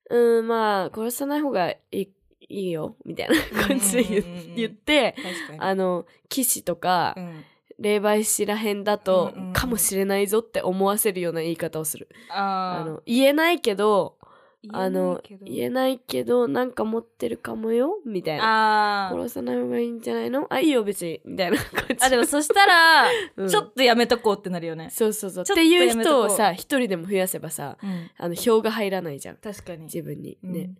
Speaker 2: うん、まあ、殺さない方がいい、いいよ、みたいな感じで言,、
Speaker 1: うんうんうんうん
Speaker 2: 言って、
Speaker 1: 確か
Speaker 2: あの、騎士とか、
Speaker 1: に、うん、
Speaker 2: 霊媒師らへんだと、
Speaker 1: うんうんうん
Speaker 2: かもしれないぞって思わせるような言い方をする。あ
Speaker 1: あー
Speaker 2: の、言えないけど、あの、
Speaker 1: 言えないけど
Speaker 2: 言えないけど、なんか持ってるかもよ、みたいな。
Speaker 1: あー
Speaker 2: 殺さない方がいいんじゃないのあいいよ別にみたいな感じ
Speaker 1: あでもそしたら、
Speaker 2: うん
Speaker 1: ちょっとやめとこうってなるよね、
Speaker 2: そうそうそうっ
Speaker 1: ちょっと
Speaker 2: ていう
Speaker 1: やめと
Speaker 2: 人
Speaker 1: こう
Speaker 2: をさ一人でも増やせばさあの票が入らないじゃん
Speaker 1: 確かに
Speaker 2: 自分に、
Speaker 1: うん
Speaker 2: ね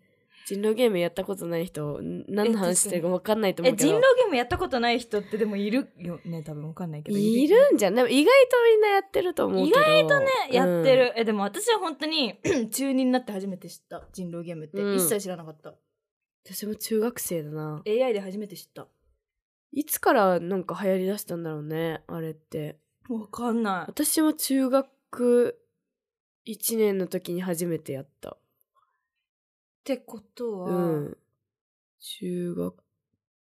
Speaker 2: 人狼ゲームやったことない人ん何の話してるか分かんないと思
Speaker 1: え
Speaker 2: うけど
Speaker 1: 人狼ゲームやったことない人ってでもいるよね多分わかんないけど
Speaker 2: いるんじゃんでも意外とみんなやってると思うけど
Speaker 1: 意
Speaker 2: 外とね
Speaker 1: ねやってる、えでも私は本当に 中二になって初めて知った人狼ゲームって、
Speaker 2: うん
Speaker 1: 一切知らなかった
Speaker 2: 私も中学生だな
Speaker 1: AI で初めて知った
Speaker 2: いつからなんか流行りだしたんだろうねあれって
Speaker 1: わかんない
Speaker 2: 私も中学1年の時に初めてやった
Speaker 1: ってことは、
Speaker 2: うん、中学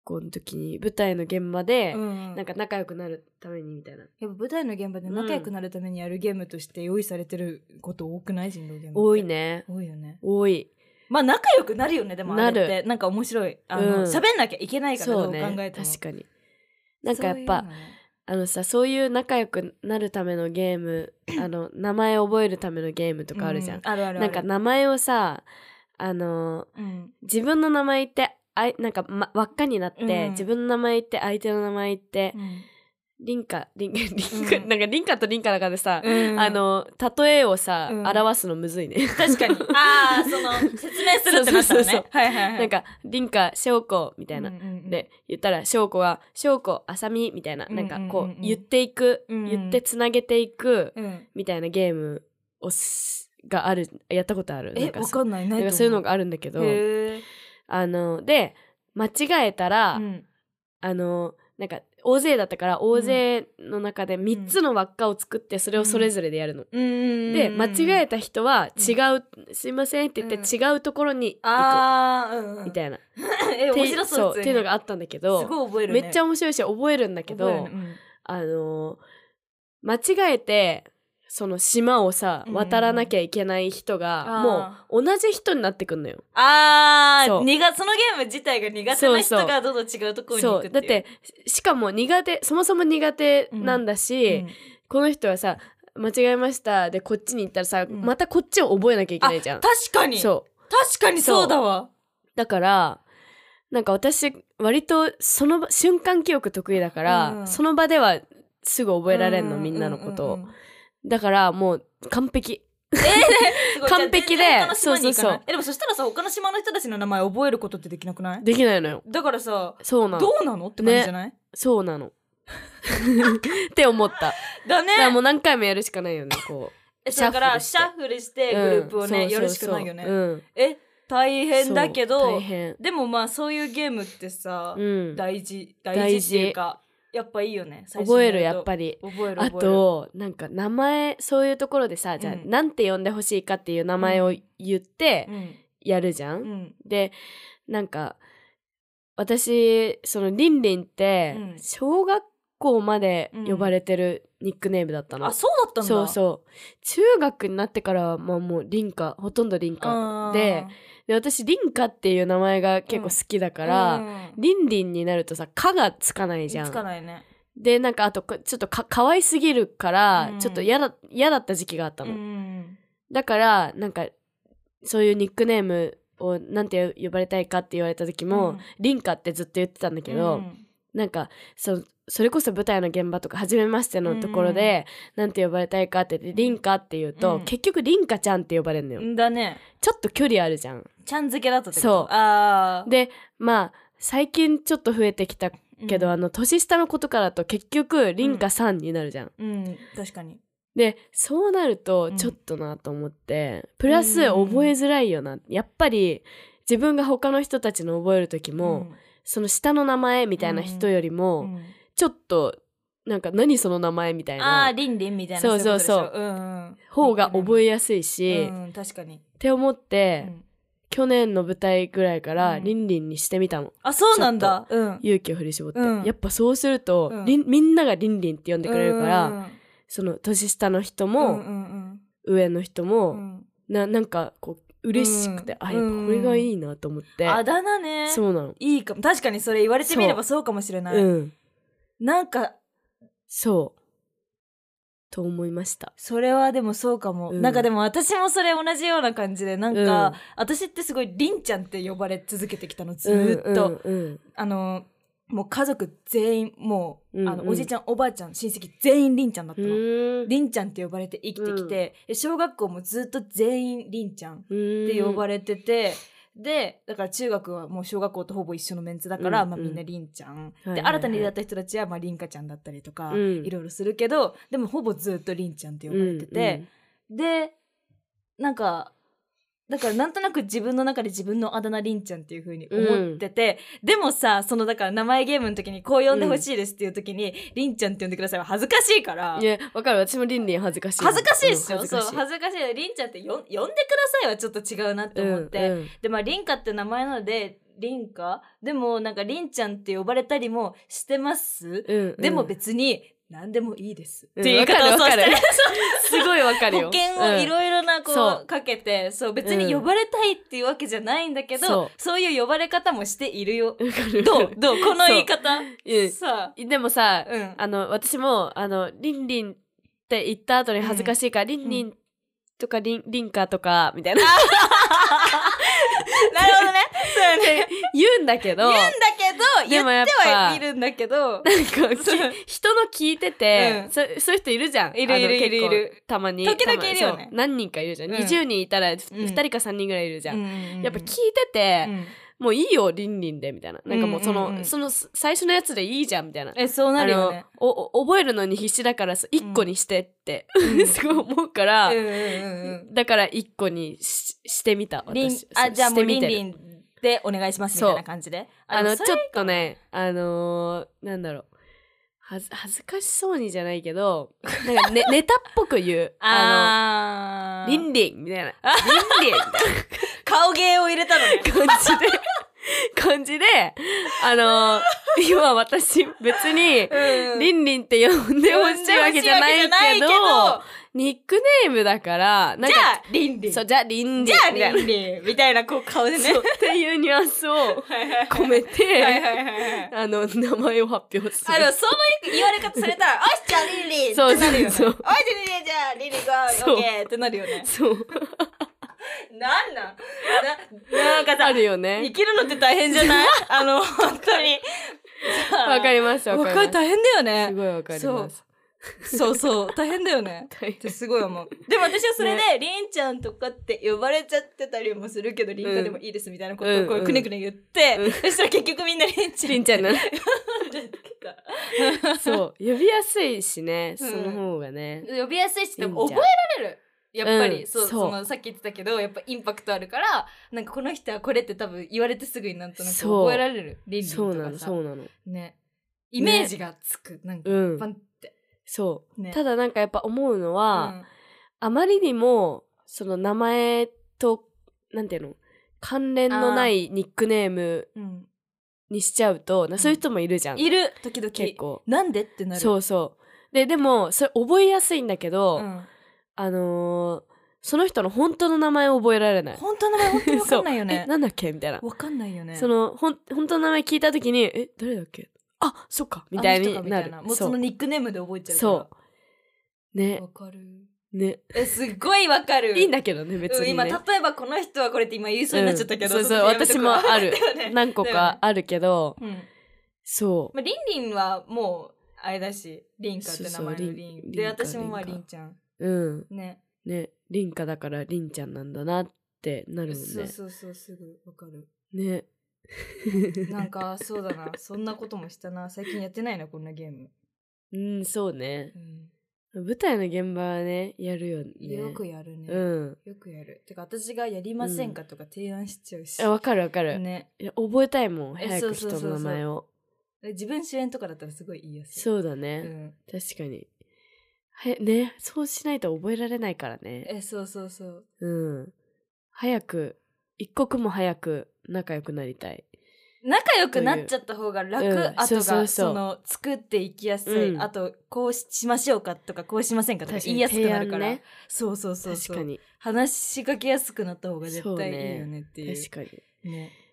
Speaker 2: 校の時に舞台の現場で、
Speaker 1: うん
Speaker 2: なんか仲良くなるためにみたいな、
Speaker 1: やっぱ舞台の現場で仲良くなるためにやるゲームとして用意されてること多くない人狼ゲームって
Speaker 2: 多いね
Speaker 1: 多いよね
Speaker 2: 多い
Speaker 1: まあ仲良くなるよねでもあれっ
Speaker 2: な
Speaker 1: てなんか面白いあの
Speaker 2: うん
Speaker 1: 喋、んなきゃいけないから
Speaker 2: そ
Speaker 1: どう
Speaker 2: う
Speaker 1: 考え
Speaker 2: ね
Speaker 1: ても
Speaker 2: 確かになんかやっぱ
Speaker 1: そういうのね
Speaker 2: あのさそういう仲良くなるためのゲ ームあの名前覚えるためのゲームとかあるじゃん
Speaker 1: う、あるあるある
Speaker 2: なんか名前をさあの
Speaker 1: うん
Speaker 2: 自分の名前ってあいなんか、ま、輪っかになって、
Speaker 1: うん
Speaker 2: 自分の名前言って相手の名前言って、リンカリンカリンカ、
Speaker 1: うん
Speaker 2: なんかリンカとリンカだからでさ、
Speaker 1: うん
Speaker 2: あの例えをさ、
Speaker 1: うん
Speaker 2: 表すのむずいね
Speaker 1: 確 かにああその説明するってなった
Speaker 2: そうそう
Speaker 1: ら
Speaker 2: そう
Speaker 1: ねはいはいはい
Speaker 2: なんか「りんかしょうこ」みたいな、
Speaker 1: うんうんうん
Speaker 2: で言ったらしょうこが「しょうこあさみ」みたいな、
Speaker 1: うんうんうん
Speaker 2: なんかこう言っていく、
Speaker 1: うんうん
Speaker 2: 言ってつなげていく、
Speaker 1: うん
Speaker 2: みたいなゲームをすがあるやったことあるな
Speaker 1: え
Speaker 2: んか
Speaker 1: わかんないな
Speaker 2: ないんかそういうのがあるんだけど
Speaker 1: へえ
Speaker 2: あので間違えたら、
Speaker 1: うん
Speaker 2: あのなんか大勢だったから大勢の中で3つの輪っかを作ってそれをそれぞれでやるの。
Speaker 1: で
Speaker 2: で間違え
Speaker 1: て
Speaker 2: た人は違う、すいませんって言って違うところに行
Speaker 1: あーうんう
Speaker 2: く
Speaker 1: ん
Speaker 2: みたいな、
Speaker 1: え面白
Speaker 2: そ
Speaker 1: そうう
Speaker 2: っていうのがあったんだけ
Speaker 1: す
Speaker 2: ど、
Speaker 1: ごい覚える
Speaker 2: め
Speaker 1: ね
Speaker 2: っちゃ面白いし覚えるんだけど、
Speaker 1: 覚えるね
Speaker 2: あのー間違えてその島をさ
Speaker 1: うん
Speaker 2: 渡らなきゃいけない人がも
Speaker 1: あ
Speaker 2: う同じ人になってくんのよ。
Speaker 1: うんあ
Speaker 2: そ
Speaker 1: ー
Speaker 2: う
Speaker 1: 苦そのゲーム自体が苦手な
Speaker 2: そうそう
Speaker 1: 人がどんどん違うところに行
Speaker 2: そ
Speaker 1: く
Speaker 2: う
Speaker 1: って
Speaker 2: だ
Speaker 1: い
Speaker 2: ってししかも苦手そもそも苦手なんだし、
Speaker 1: うん
Speaker 2: この人はさ間違えましたでこっちに行ったらさ、
Speaker 1: ん
Speaker 2: またこっちを覚えなきゃいけないじゃん。
Speaker 1: 確かに
Speaker 2: そう
Speaker 1: 確かにそうだわ
Speaker 2: だからなんか私割とその場瞬間記憶得意だから、
Speaker 1: うん
Speaker 2: その場ではすぐ覚えられるの、
Speaker 1: う
Speaker 2: みんなのことを、
Speaker 1: うんうんうん
Speaker 2: だからもう完璧
Speaker 1: すごい
Speaker 2: 完璧
Speaker 1: じ
Speaker 2: で
Speaker 1: ゃあ全然他の島に行かない
Speaker 2: そうそうそう
Speaker 1: えでもそしたらさ他の島の人たちの名前覚えることってできなくない
Speaker 2: できないのよ
Speaker 1: だからさ
Speaker 2: そうな
Speaker 1: ど
Speaker 2: の
Speaker 1: うなのって感じじゃない、
Speaker 2: そうなのって思っただか
Speaker 1: だ
Speaker 2: らも
Speaker 1: ね
Speaker 2: う何回もやるしかないよねこ
Speaker 1: えそうだからシ
Speaker 2: シャ
Speaker 1: ャッフルしてグ
Speaker 2: う
Speaker 1: ループをね、
Speaker 2: う
Speaker 1: よ
Speaker 2: んそう
Speaker 1: ろ
Speaker 2: そう
Speaker 1: しく
Speaker 2: そう
Speaker 1: ないよね、
Speaker 2: うん
Speaker 1: え大変だけ
Speaker 2: そ
Speaker 1: ど
Speaker 2: う大変
Speaker 1: でもまあそういうゲームってさ、
Speaker 2: うん
Speaker 1: 大事
Speaker 2: 事
Speaker 1: 大事っていうかやっぱいいよね
Speaker 2: 覚えるやっ
Speaker 1: り
Speaker 2: ぱり
Speaker 1: 覚える
Speaker 2: あ
Speaker 1: 覚える
Speaker 2: となんか名前そういうところでさじゃあ、
Speaker 1: うん
Speaker 2: なんて呼んでほしいかっていう名前を言って
Speaker 1: うん
Speaker 2: やるじゃ、
Speaker 1: うんん
Speaker 2: でなんか私そのリンリンって
Speaker 1: うん
Speaker 2: 小学校まで呼ばれてるニックネームだったの、
Speaker 1: あそうだったんだ
Speaker 2: そうそう中学になってからはまあもうリンカほとんどリン
Speaker 1: あ
Speaker 2: カ
Speaker 1: ー
Speaker 2: でで私リンカっていう名前が結構好きだから、
Speaker 1: うん
Speaker 2: リンリンになるとさ「か」がつかないじゃ
Speaker 1: つか
Speaker 2: ん。
Speaker 1: ないね
Speaker 2: でなんかあとこちょっとかかわいすぎるから、
Speaker 1: うん
Speaker 2: ちょっと嫌だ嫌だった時期があった
Speaker 1: う
Speaker 2: の。
Speaker 1: ん
Speaker 2: だからなんかそういうニックネームをなんて呼ばれたいかって言われた時も、
Speaker 1: うん
Speaker 2: リンカってずっと言ってたんだけど、
Speaker 1: うん
Speaker 2: なんかそそれこそ舞台の現場とか初めましてのところで、なんて呼ばれたいかって言ってリンカって言うと、
Speaker 1: うん
Speaker 2: 結局リンカちゃんって呼ばれるのよ、
Speaker 1: だね
Speaker 2: ちょっと距離あるじゃん
Speaker 1: ちゃん付けだったってこと
Speaker 2: そう
Speaker 1: あ
Speaker 2: でまあ最近ちょっと増えてきた
Speaker 1: ー
Speaker 2: けど、あの年下の子とかだと結局リンカさんになるじゃん、
Speaker 1: うんうん確かに
Speaker 2: でそうなると
Speaker 1: うん
Speaker 2: ちょっとなと思って、プラス
Speaker 1: うん
Speaker 2: 覚えづらいよなやっぱり自分が他の人たちの覚える時も、その下の名前みたいな人よりも、
Speaker 1: うんうん
Speaker 2: ちょっとなんか何その名前みたい
Speaker 1: あ
Speaker 2: な
Speaker 1: ーリンリンみたいな
Speaker 2: そうそうそう
Speaker 1: いことでしょうんうん
Speaker 2: 方が覚
Speaker 1: え
Speaker 2: えやすいし、っ
Speaker 1: うん確かに
Speaker 2: て思って、
Speaker 1: うん
Speaker 2: 去年の舞台ぐらいから
Speaker 1: うん
Speaker 2: リンリンにしてみたの、
Speaker 1: あそうなんだうん
Speaker 2: 勇気を振り絞って、
Speaker 1: うん
Speaker 2: やっぱそうすると、
Speaker 1: うん
Speaker 2: りんみんながリンリンって呼んでくれるから、
Speaker 1: うん
Speaker 2: その年下の人
Speaker 1: うん
Speaker 2: も、
Speaker 1: うん
Speaker 2: 上の人
Speaker 1: う
Speaker 2: も、
Speaker 1: んうん
Speaker 2: ななんかこう嬉しくて、
Speaker 1: うん
Speaker 2: あやっぱこれがいいなと思って、
Speaker 1: あだ名ね
Speaker 2: そうなの
Speaker 1: いいかも確かにそれ言われてみればそうかもしれな
Speaker 2: う
Speaker 1: い
Speaker 2: ん
Speaker 1: なんか
Speaker 2: そうと思いました
Speaker 1: それはでもそうかも、
Speaker 2: うん
Speaker 1: なんかでも私もそれ同じような感じでなんか、
Speaker 2: うん
Speaker 1: 私ってすごいりんちゃんって呼ばれ続けてきたのずーっと、
Speaker 2: うんうん
Speaker 1: あのもう家族全員もう、
Speaker 2: うんうん
Speaker 1: あのおじいちゃんおばあちゃん親戚全員りんちゃんだった
Speaker 2: うん
Speaker 1: の、
Speaker 2: う
Speaker 1: りんちゃんって呼ばれて生きてきて、で小学校もずっと全員りんちゃんっ
Speaker 2: ん
Speaker 1: て呼ば
Speaker 2: れ
Speaker 1: れてて、でだから中学はもう小学校とほぼ一緒のメンツだから、
Speaker 2: うん
Speaker 1: まあ、
Speaker 2: うん
Speaker 1: みんなりんちゃん、
Speaker 2: はいはい
Speaker 1: で
Speaker 2: はい
Speaker 1: 新たに出会った人たちは、まあ、りんかちゃんだったりとか、
Speaker 2: うん
Speaker 1: いろいろするけどでもほぼずっとりんちゃんって呼ばれてて。でなんかだからなんとなく自分の中で自分のあだ名りんちゃんっていう風に思ってて、でもさそのだから名前ゲームの時にこう呼んでほしいですっていう時に、りんちゃんって呼んでくださいは恥ずかしいから
Speaker 2: いやわかる私もリンリン恥ずかしい
Speaker 1: 恥ずかしいっしょ、
Speaker 2: うん
Speaker 1: そう
Speaker 2: 恥ずかし
Speaker 1: 恥ずかしいりんちゃんってよん呼んでくださいはちょっと違うなっ
Speaker 2: い
Speaker 1: て思って、
Speaker 2: うんうん
Speaker 1: でまありんかって名前なのでりんかでもなんかりんちゃんって呼ばれたりもしてます、
Speaker 2: うんうん
Speaker 1: でも別に何でもいいです、
Speaker 2: う
Speaker 1: っ
Speaker 2: ん
Speaker 1: ていう言い方をそうして
Speaker 2: わかる
Speaker 1: る
Speaker 2: わ かすごいわかるよ
Speaker 1: 保険をい
Speaker 2: い
Speaker 1: ろいろなこ
Speaker 2: そう
Speaker 1: うかけてそう別に
Speaker 2: うん
Speaker 1: 呼ばれたいっていうわけじゃないんだけど、
Speaker 2: そう。
Speaker 1: そういう呼ばれ方もしているよ
Speaker 2: わかる
Speaker 1: どうどうこの言い方
Speaker 2: うん
Speaker 1: さ
Speaker 2: でもさ
Speaker 1: あ、うん
Speaker 2: あの私もあのリンリンって言った後に恥ずかしいから、リンリンとかリンリンカとかみたいな
Speaker 1: なるほどね。そうよね。
Speaker 2: 言うんだけ
Speaker 1: 言
Speaker 2: ど
Speaker 1: うんだけど
Speaker 2: で
Speaker 1: 言
Speaker 2: もやっ
Speaker 1: って
Speaker 2: ぱ
Speaker 1: はいるんだけど
Speaker 2: なんかき
Speaker 1: そう
Speaker 2: 人の聞いてて、
Speaker 1: うん
Speaker 2: そそういう人いるじゃん
Speaker 1: いる
Speaker 2: あの
Speaker 1: いるいる
Speaker 2: 結構
Speaker 1: いる
Speaker 2: たまに
Speaker 1: 時々
Speaker 2: たまに
Speaker 1: いるよね
Speaker 2: そう何人かいるじゃん、
Speaker 1: うん
Speaker 2: 20人いたら2
Speaker 1: うん
Speaker 2: 人か3人ぐらいいるじゃん、や
Speaker 1: や
Speaker 2: っぱ聞いてて、もういいよリンリンでみたいななんかもうそ
Speaker 1: うん
Speaker 2: の、
Speaker 1: うんうん
Speaker 2: その最初のやつでいいじゃんみたいな
Speaker 1: えそうなるよね。
Speaker 2: あのおお覚えるのに必死だからそ1個にしてって、
Speaker 1: うん
Speaker 2: すごい思うから、
Speaker 1: うんうんう ん
Speaker 2: だから1個にししてみた
Speaker 1: うんりん
Speaker 2: 私
Speaker 1: あじゃあもうりん
Speaker 2: してみてる
Speaker 1: りんでお願いしますみたいな感じで。
Speaker 2: あのち
Speaker 1: ょ
Speaker 2: ょっとねあのーなんだろうはず恥ずかしそうにじゃないけどなん か、ね、ネタっぽく言う
Speaker 1: あ
Speaker 2: あの
Speaker 1: ー
Speaker 2: リンリンみたいな「リンリン」みたい
Speaker 1: 顔芸を入れたのね。
Speaker 2: な感じで感じであの今私別に
Speaker 1: う
Speaker 2: リ
Speaker 1: ン
Speaker 2: ンリンって呼んでほしいわけじゃないけど
Speaker 1: じ
Speaker 2: ニックネームだからなんか
Speaker 1: ゃあ、リンリン。じ
Speaker 2: そ
Speaker 1: ゃ
Speaker 2: うじゃあリンリン
Speaker 1: あ、
Speaker 2: みたいな
Speaker 1: リンリン。みたいなこう顔でね
Speaker 2: そ。うっていうニュアンスを
Speaker 1: はいはいはい
Speaker 2: 込めて
Speaker 1: はいはいはいはい。
Speaker 2: あの名前を発表す
Speaker 1: あの
Speaker 2: る。
Speaker 1: その言われ方されたら「おしじゃあリンリン」って
Speaker 2: そう
Speaker 1: なるよね「おしじ
Speaker 2: そ
Speaker 1: ゃ
Speaker 2: う
Speaker 1: あリンリンじゃあリンリンゴ
Speaker 2: そう
Speaker 1: ーオッケー」ってなるよね
Speaker 2: そう
Speaker 1: なんなんななんか
Speaker 2: あ
Speaker 1: さ
Speaker 2: るよ
Speaker 1: 生
Speaker 2: ね。
Speaker 1: きるのって大変じゃ ないあの本当に
Speaker 2: わか
Speaker 1: る
Speaker 2: りますわ
Speaker 1: わ
Speaker 2: か
Speaker 1: かる
Speaker 2: ります。
Speaker 1: 大変だよ
Speaker 2: す
Speaker 1: ね
Speaker 2: ごいわかります。
Speaker 1: そうそう大変だよね
Speaker 2: 大
Speaker 1: っ
Speaker 2: 変
Speaker 1: てすごい思うでも私はそれで、りんちゃんとかって呼ばれちゃってたりもするけどりんかでもいいですみたいなことをこ
Speaker 2: うんう
Speaker 1: うんくねくね言って、
Speaker 2: うん
Speaker 1: そしたら結局みんなりんちゃん
Speaker 2: りんちゃんな。
Speaker 1: って言って
Speaker 2: そう呼びやすいしね、
Speaker 1: うん
Speaker 2: その方がね。
Speaker 1: た呼びやすいしでも
Speaker 2: りん
Speaker 1: 覚
Speaker 2: ち
Speaker 1: え
Speaker 2: ゃん
Speaker 1: られるやっぱり、
Speaker 2: うん
Speaker 1: そう
Speaker 2: そ
Speaker 1: そ
Speaker 2: う
Speaker 1: のさっき言ってたけどやっぱインパクトあるからなんかこの人はこれって多分言われてすぐになんとなく
Speaker 2: そう
Speaker 1: 覚えられるりんりんと
Speaker 2: そうな
Speaker 1: か
Speaker 2: の
Speaker 1: さ
Speaker 2: そうなの。
Speaker 1: ねイメージがつく、なんか、
Speaker 2: うん
Speaker 1: パンって、
Speaker 2: そう。
Speaker 1: ね
Speaker 2: ただなんかやっぱ思うの
Speaker 1: う
Speaker 2: は、
Speaker 1: ん
Speaker 2: あまりにもその名前となんていうの関連のないニックネーム
Speaker 1: うん
Speaker 2: にしちゃうと、なそういう人もいるじゃん。
Speaker 1: いる時々
Speaker 2: 結構。
Speaker 1: なんでってなる
Speaker 2: そうそう。ででもそれ覚えやすいんだけど。
Speaker 1: ん
Speaker 2: あのーその人の本当の名前を覚えられない。
Speaker 1: 本当の名前本当に分かんないよ
Speaker 2: え
Speaker 1: ね。
Speaker 2: なんだっけみたいな。
Speaker 1: 分かんないよね。
Speaker 2: そのほん本当の名前聞いた時に「え誰だっけあそっか」みたいに
Speaker 1: あの人かみた
Speaker 2: ないる。
Speaker 1: もうそのニックネームで覚えちゃうから。
Speaker 2: そうね
Speaker 1: わかる。
Speaker 2: ね
Speaker 1: えすっごいわかる。
Speaker 2: いいんだけどね別
Speaker 1: うん
Speaker 2: に
Speaker 1: 今
Speaker 2: ね。
Speaker 1: 例えばこの人はこれって今言いそうになっちゃったけど。
Speaker 2: うんそうそう
Speaker 1: ちょっとやめと
Speaker 2: 私
Speaker 1: く
Speaker 2: も
Speaker 1: わ
Speaker 2: ある
Speaker 1: だよね
Speaker 2: 何個かあるけど、
Speaker 1: うん。
Speaker 2: そう
Speaker 1: まあリンリンはもうあれだし、リンカって名
Speaker 2: そう
Speaker 1: 前
Speaker 2: そう
Speaker 1: のリ
Speaker 2: リン
Speaker 1: ン。で
Speaker 2: リンカ
Speaker 1: 私もまあ
Speaker 2: リンカ
Speaker 1: リンちゃん
Speaker 2: うん
Speaker 1: ね。
Speaker 2: ね凛花だから凛ちゃんなんだなってなるもんね。
Speaker 1: そうそうそうすぐわかる。
Speaker 2: ね
Speaker 1: なんかそうだな。そんなこともしたな。最近やってないなこんなゲーム。
Speaker 2: うんそうね
Speaker 1: うん
Speaker 2: 舞台の現場はねやるよね。
Speaker 1: よくやるね。
Speaker 2: うん
Speaker 1: よくやる。てか私がやりませんかとか提案しちゃうし。
Speaker 2: あわかるわかる。
Speaker 1: ね。
Speaker 2: いや覚えたいもん
Speaker 1: え
Speaker 2: 早く人
Speaker 1: そうそうそう
Speaker 2: の名
Speaker 1: そう
Speaker 2: 前を
Speaker 1: 自分主演とかだったらすごい言いやすい。
Speaker 2: そうだ
Speaker 1: う
Speaker 2: ね、
Speaker 1: ん。
Speaker 2: 確かにはねそうしないと覚えられないからね
Speaker 1: え、そうそうそう。
Speaker 2: うん早く一刻も早く仲良くなりたい
Speaker 1: 仲良くなっちゃった方が楽、
Speaker 2: うん
Speaker 1: あと
Speaker 2: そう
Speaker 1: が
Speaker 2: そうそ
Speaker 1: そ
Speaker 2: う
Speaker 1: の作っていきやすい、
Speaker 2: うん
Speaker 1: あとこうしましょうかとかこうしませんかとか
Speaker 2: 確か
Speaker 1: 言
Speaker 2: に
Speaker 1: いやすくなるから、
Speaker 2: 提案ね
Speaker 1: そうそうそうそう
Speaker 2: 確かに
Speaker 1: 話しかけやすくなった方が絶対いいよねっていう
Speaker 2: 確かに
Speaker 1: ね